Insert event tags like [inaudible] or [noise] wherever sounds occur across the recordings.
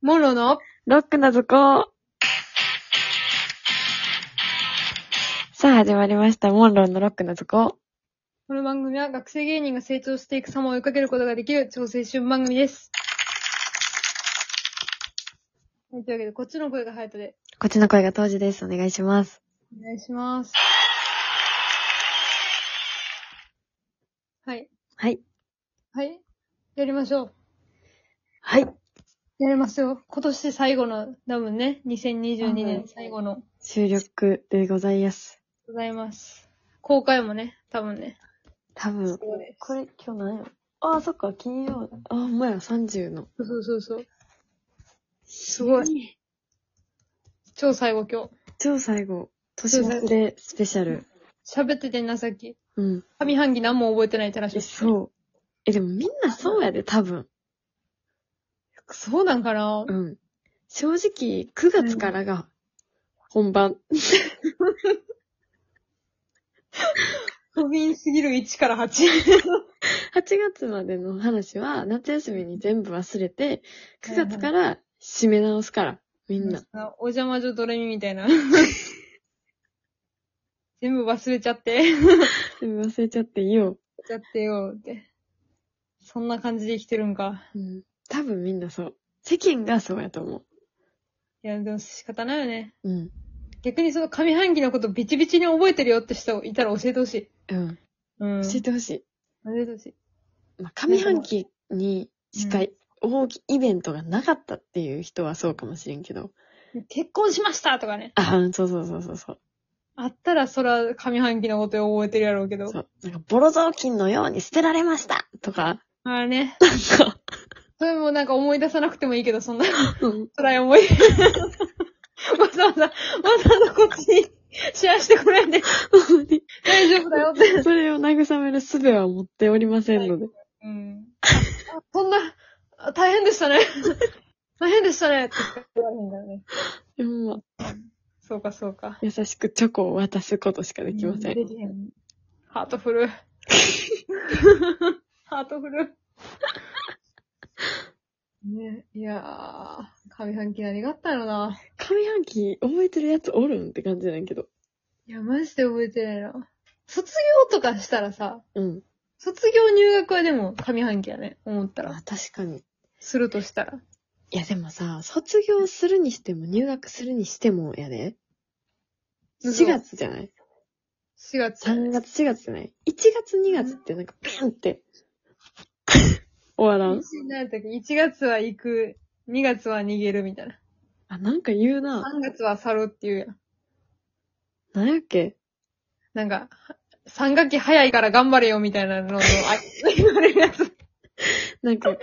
モロのロックな図工。さあ、始まりました。モンローのロックな図工。この番組は学生芸人が成長していく様を追いかけることができる超青春番組です。はい、というわけで、こっちの声がハヤトで。こっちの声が当時です。お願いします。お願いします。はい。はい。はい。やりましょう。はい。やりますよ。今年最後の、多分ね、2022は年い最後の、収録でございます。ございます。公開もね、多分ね。多分。そうですこれ、今日何やああ、そっか、金曜。ああ、ほんまや、30の。そうそうそう。すごい。超最後今日。超最後。年忘れスペシャル。喋っててんな、さっき。うん。上半期何も覚えてないって話え、そう。え、でもみんなそうやで、多分。そうなんかな、うん。正直、9月からが本番。不憫すぎる1から8。 8月までの話は夏休みに全部忘れて、は9いはい月から締め直すから、みんな。 [laughs] お邪魔女ドレミみ [laughs] たいな。全部忘れちゃって。 [laughs] 忘れ全部忘れちゃっていいよ。ちゃってよって。そんな感じで生きてるんか。うん。多分みんなそう。世間がそうやと思いや、でも仕方ないよね。う。うん。逆にその上半期のことビチビチに覚えてるよって人いたら教えてほしい。うん。うん。教えてほし教えてほしい。い。まあ、上半期にしか大きいイベントがなかったっていう人はそうかもしれんけど。結婚しましたとかね。あ、うんそうそうそうそうそう。あったら、そら、上半期のことを覚えてるやろうけど。そう。なんか、ボロ雑巾のように捨てられましたとか、ああね。なんか、それもなんか思い出さなくてもいいけど、そんな [laughs] うん辛い思い出。 [laughs] わざわざ、わざわざこっちにシェアしてくれんで、ほんまに大丈夫だよって。それを慰める術は持っておりませんので。うん。あそんな、あ大変でした [laughs] ね。大変でしたね。って言われへんからね。ほんまそうか、そうか。優しくチョコを渡すことしかできません。できへんハートフ [laughs] ル。ハートフル。ね、いやー、上半期何があったのな。上半期覚えてるやつおるんって感じなんやけど。いや、マジで覚えてないな。卒業とかしたらさ、うん。卒業入学はでも上半期やね、思ったら。あ、確かに。するとしたら。いやでもさ、卒業するにしても入学するにしてもやで。4。月じゃない4月。 ?3 月4月じゃない ?1 月2月ってなんかピャンって。 [laughs] 終わらん何やったっけ ?1 月は行く、2月は逃げるみたいな。あ、なんか言うな。 3月は去るっていうやん。なんやっけなんか、3学期早いから頑張れよみたいなのの、あ、言われるやつ。なんか、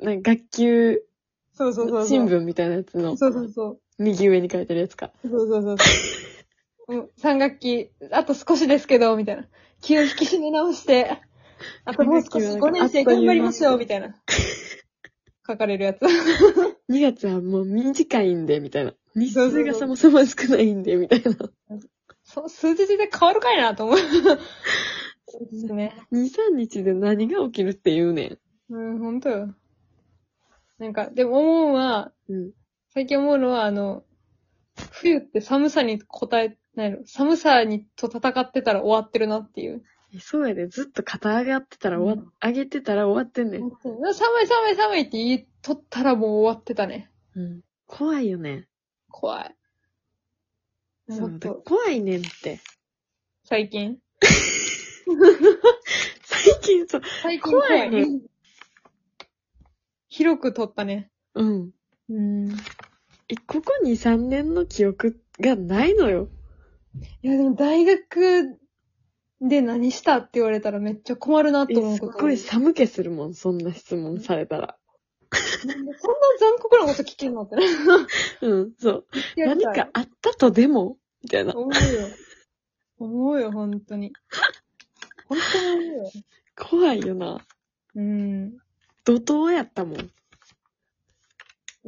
なんか学級そうそうそうそう。新。聞みたいなやつのそうそうそう。右上に書いてるやつか。そうそうそうそう。うん、3学期、あと少しですけど、みたいな。気を引き締め直して、あともう少し5年生頑張りましょう、みたいな。書かれるやつ。 2月はもう短いんで、みたいな。日そうそう数がそもそも少ないんで、み [laughs] たいな。そ数字で変わるかいな、と思う。そうですね。 2、3日で何が起きるって言うねうん、ほんとよ。なんか、でも思うのは、ん。うん。最近思うのは、あの、冬って寒さに応え、ないの寒さにと戦ってたら終わってるなっていう。えそうやで、ずっと肩上がってたら終わ、上げてたら終わってんねん。寒い寒い寒いって言いとったらもう終わってたね。うん。怖いよね。怖い。ちそょっうだ。と、怖いねんって。最近。 [laughs] 最近そう。最近怖いね。広く撮ったね。うん。うん。いえ、ここ2、3年の記憶がないのよ。や、でも大学で何したって言われたらめっちゃ困るなえと思うすこっと。ごい寒気するもん、そんな質問されたら。そんな残酷なこと聞けんの [laughs] ってね。うん、そう。何かあったとでも、みたいな。思うよ。思うよ、本当に。本当に思うよ。怖いよな。うん。怒涛やったもん。い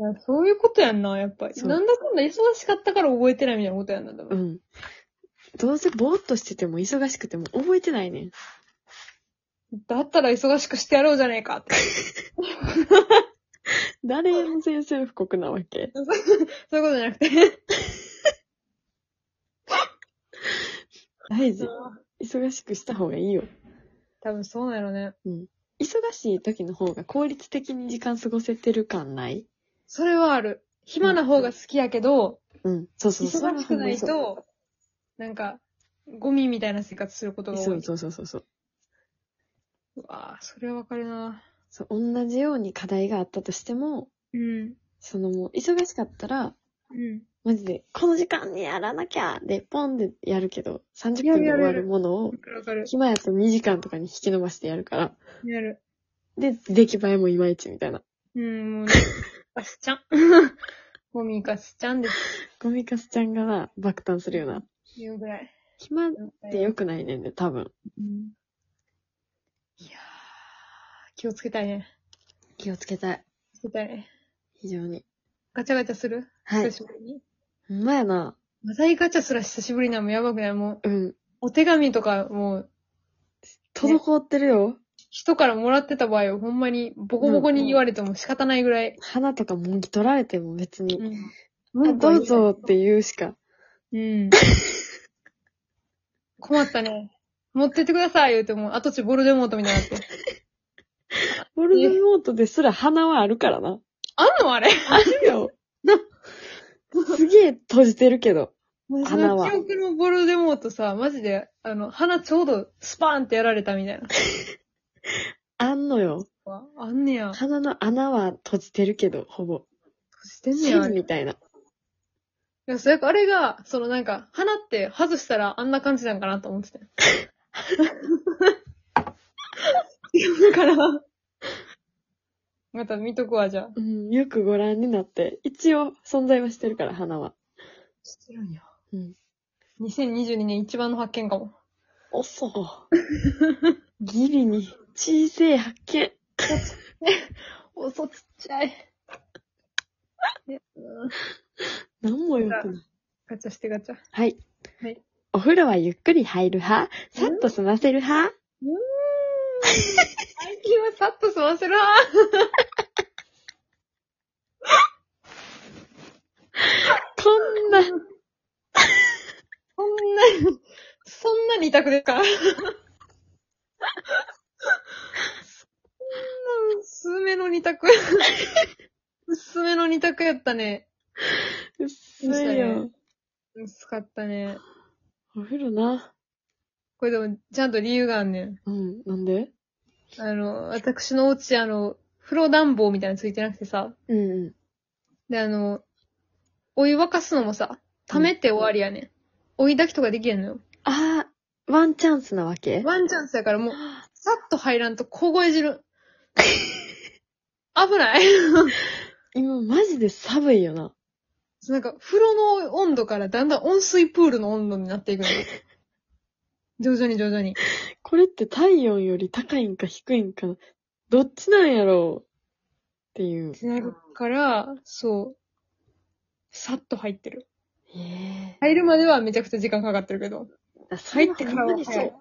や、そういうことやんな、やっぱり。そうなんだかんだ忙しかったから覚えてないみたいなことやんな、でもうん。どうせぼーっとしてても忙しくても覚えてないねん。だったら忙しくしてやろうじゃねえかって。誰の先生の布告なわけそういうことじゃなくて。大事。忙しくした方がいいよ。多分そうなのね。忙しい時の方が効率的に時間過ごせてる感ないそれはある。暇な方が好きやけど、うん。そうそうそう。忙しくないと、なんか、ゴミみたいな生活することがそ多うい。そうそうそうそう。うわぁ、それはわかるなそう、同じように課題があったとしても、うん。そのもう、忙しかったら、うん。マジで、この時間にやらなきゃで、ポンでやるけど、30や分るでや終るわるものをわ、かるわかる。暇やと2時間とかに引き伸ばしてやるから、やる。で、出来栄えもいまいちみたいな。うん、 [laughs] もうね、ガスちゃん。 [laughs] ゴミガスちゃんでゴミカスちゃんがな、爆誕するよな。すいうぐらい。暇って良くないねんで、多分。うんいやー、気をつけたいね。気をつけたい。気をつけたいね。非常に。ガチャガチャするはい久。しぶりに。ほんまやな。話題ガチャすら久しぶりなのやばくないもう、うん。お手紙とかもう、滞ってるよ。人からもらってた場合はほんまにボコボコに言われても仕方ないぐらい。花とかもぎ取られても別に、うあんどうぞって言うしか。うん。困ったね。持ってってください言うても、跡地ボルデモートみたいになって。ボルデモートですら花はあるからな。あんのあれあるよ。すげえ閉じてるけど。花はその記憶のボルデモートさ、マジで、あの、鼻ちょうどスパーンってやられたみたいな。あんのよ。あんねや。閉花の穴は閉じてるけど、ほぼ。してんね地や。あ図れいみたいな。や、それあれが、そのなんか、鼻って外したらあんな感じなんかなと思ってた。 [laughs] 違うから。また見とくわ、じゃあ。うん、よくご覧になって。一応、存在はしてるから、花は。してるんや。うん。 2022年一番の発見かも。おっそ。ギリに、小せえ発見。お、そちっちゃい。なんもよくない。ガチャしてガチャ。はい。はい。お風呂はゆっくり入る派さっと済ませる派うーん。最近はさっと済ませるわ。こんな、そんな、そんな二択ですかそんな薄めの二択。薄めの二択やったね。薄したいねよ。薄かったね。お風呂な。これでも、ちゃんと理由があんねん。うん、なんであの、私のお家、あの、風呂暖房みたいなのついてなくてさ。うんうん。で、あの、お湯沸かすのもさ、溜めて終わりやねん。お湯炊きとかできへんのよ。あー、ワンチャンスなわけワンチャンスやからもう、さっと入らんと凍え汁。危ない。今マジで寒いよな。なんか、風呂の温度からだんだん温水プールの温度になっていくの。徐々に徐々に。これって体温より高いんか低いんか、どっちなんやろうっていう。なるから、そう。さっと入ってる。え入るまではめちゃくちゃ時間かかってるけど。え。そ入れってほからんまはにそ早うい。。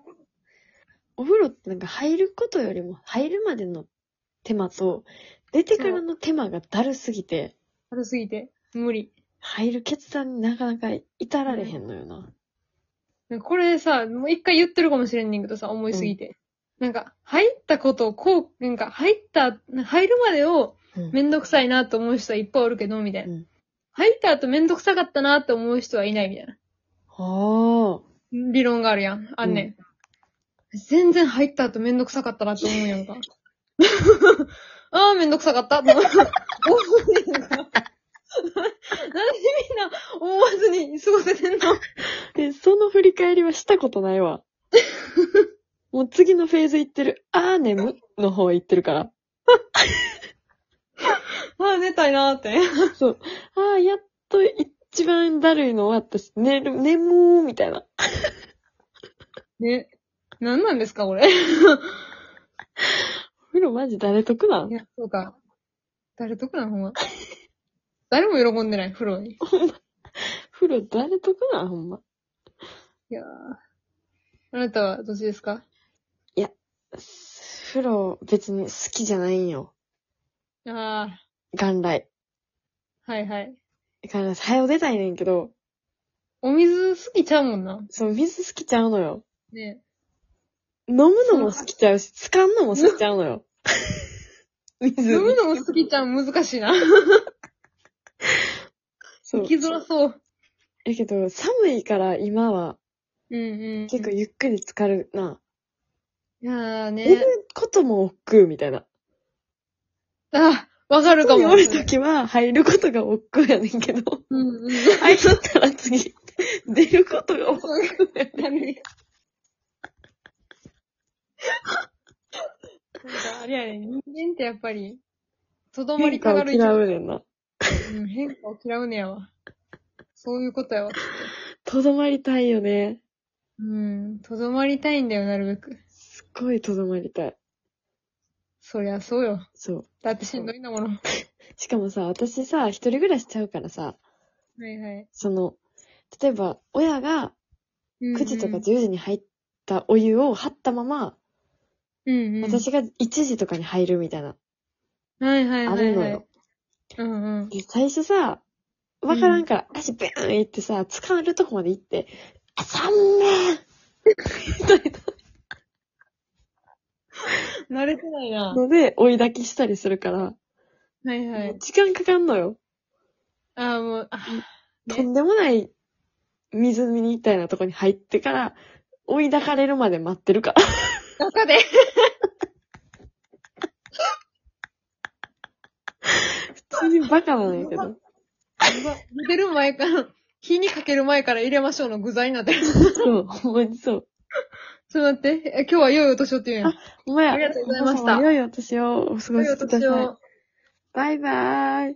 お風呂ってなんか入ることよりも、入るまでの手間と、出てからの手間がだるすぎて、軽すぎて、無理。入る決断になかなか至られへんのよな。なんかこれさ、もう一回言ってるかもしれんねんけどさ、思いすぎて。なんか、入ったことをこう、なんか、入った、入るまでをうんめんどくさいなと思う人はいっぱいおるけど、みたいな。うん入った後めんどくさかったなと思う人はいないみたいな。おー。理論があるやん。あんね、ん。全然入った後めんどくさかったなって思うやんか。ああ、めんどくさか [laughs] ったって思う。思うやんかなんでみんな思わずに過ごせてんので、その振り返りはしたことない [laughs] わ。もう次のフェーズ行ってる、アーネムの方行ってるから。ああ、寝たいなーって。ああ、やっと一番だるいの終わったし、寝る、眠ーみたいな。ね。なんなんですか、これ。いお風呂マジ誰得なんや、そうか。誰得なん、ほんま。誰も喜んでない、風呂に。風呂誰得なんほんま。いやーあなたはどっちですか風呂別に好きじゃないんよ。ああ、元来。はいはい。だから、早う出たいねんけど、お水好きちゃうもんな。そう、水好きちゃうのよ。ね飲むのも好きちゃうし、使うのも好きちゃ [laughs] うのよ。水。飲むのも好きちゃう難しいな。そ生う。きづらそう。やけど、寒いから今はうんうん。結構ゆっくり浸かるな。いやー寝ね。ることも億劫みたいな。あ、わかるかにも。おるときは入ることが億劫やねんけど、 [laughs] うんうん。入ったら次、出ることが億劫。何なんか、あれやね、人間ってやっぱり、とどまり変た化がをる嫌うねんな。うん変化を嫌うねやわ。そういうことやわ。とどまりたいよね。うん、とどまりたいんだよ、なるべく。すっごいとどまりたい。そりゃそうよ。そう。だってしんどいんだもの。はしかもさ、私さ、一人暮らしちゃうからさ、いはい。その、例えば、親がうんうん9時とか10時に入ったお湯を張ったまま、うんうん。私が1時とかに入るみたいな、はいはいあはい、るのはい。よ。うんうん。で、最初さ、わからんから、足ビューン行ってさ、掴めるとこまで行って、あ、寒い慣れてないな。ので、追い抱きしたりするから、はいはもうい。時間かかんのよ。あーもう、あねとんでもない水みたいなとこに入ってから、追い抱かれるまで待ってる [laughs] から。どこで普通にバカなんやけ [laughs] ど。茹でる前から、火にかける前から入れましょうの具材になってる。そう、ほんまにそう。ちょっと待って。え今日は良いお年をって言うんや。ほんまや。ありがとうございました皆様良いお年をお過ごしください。良いお年を。バイバーイ。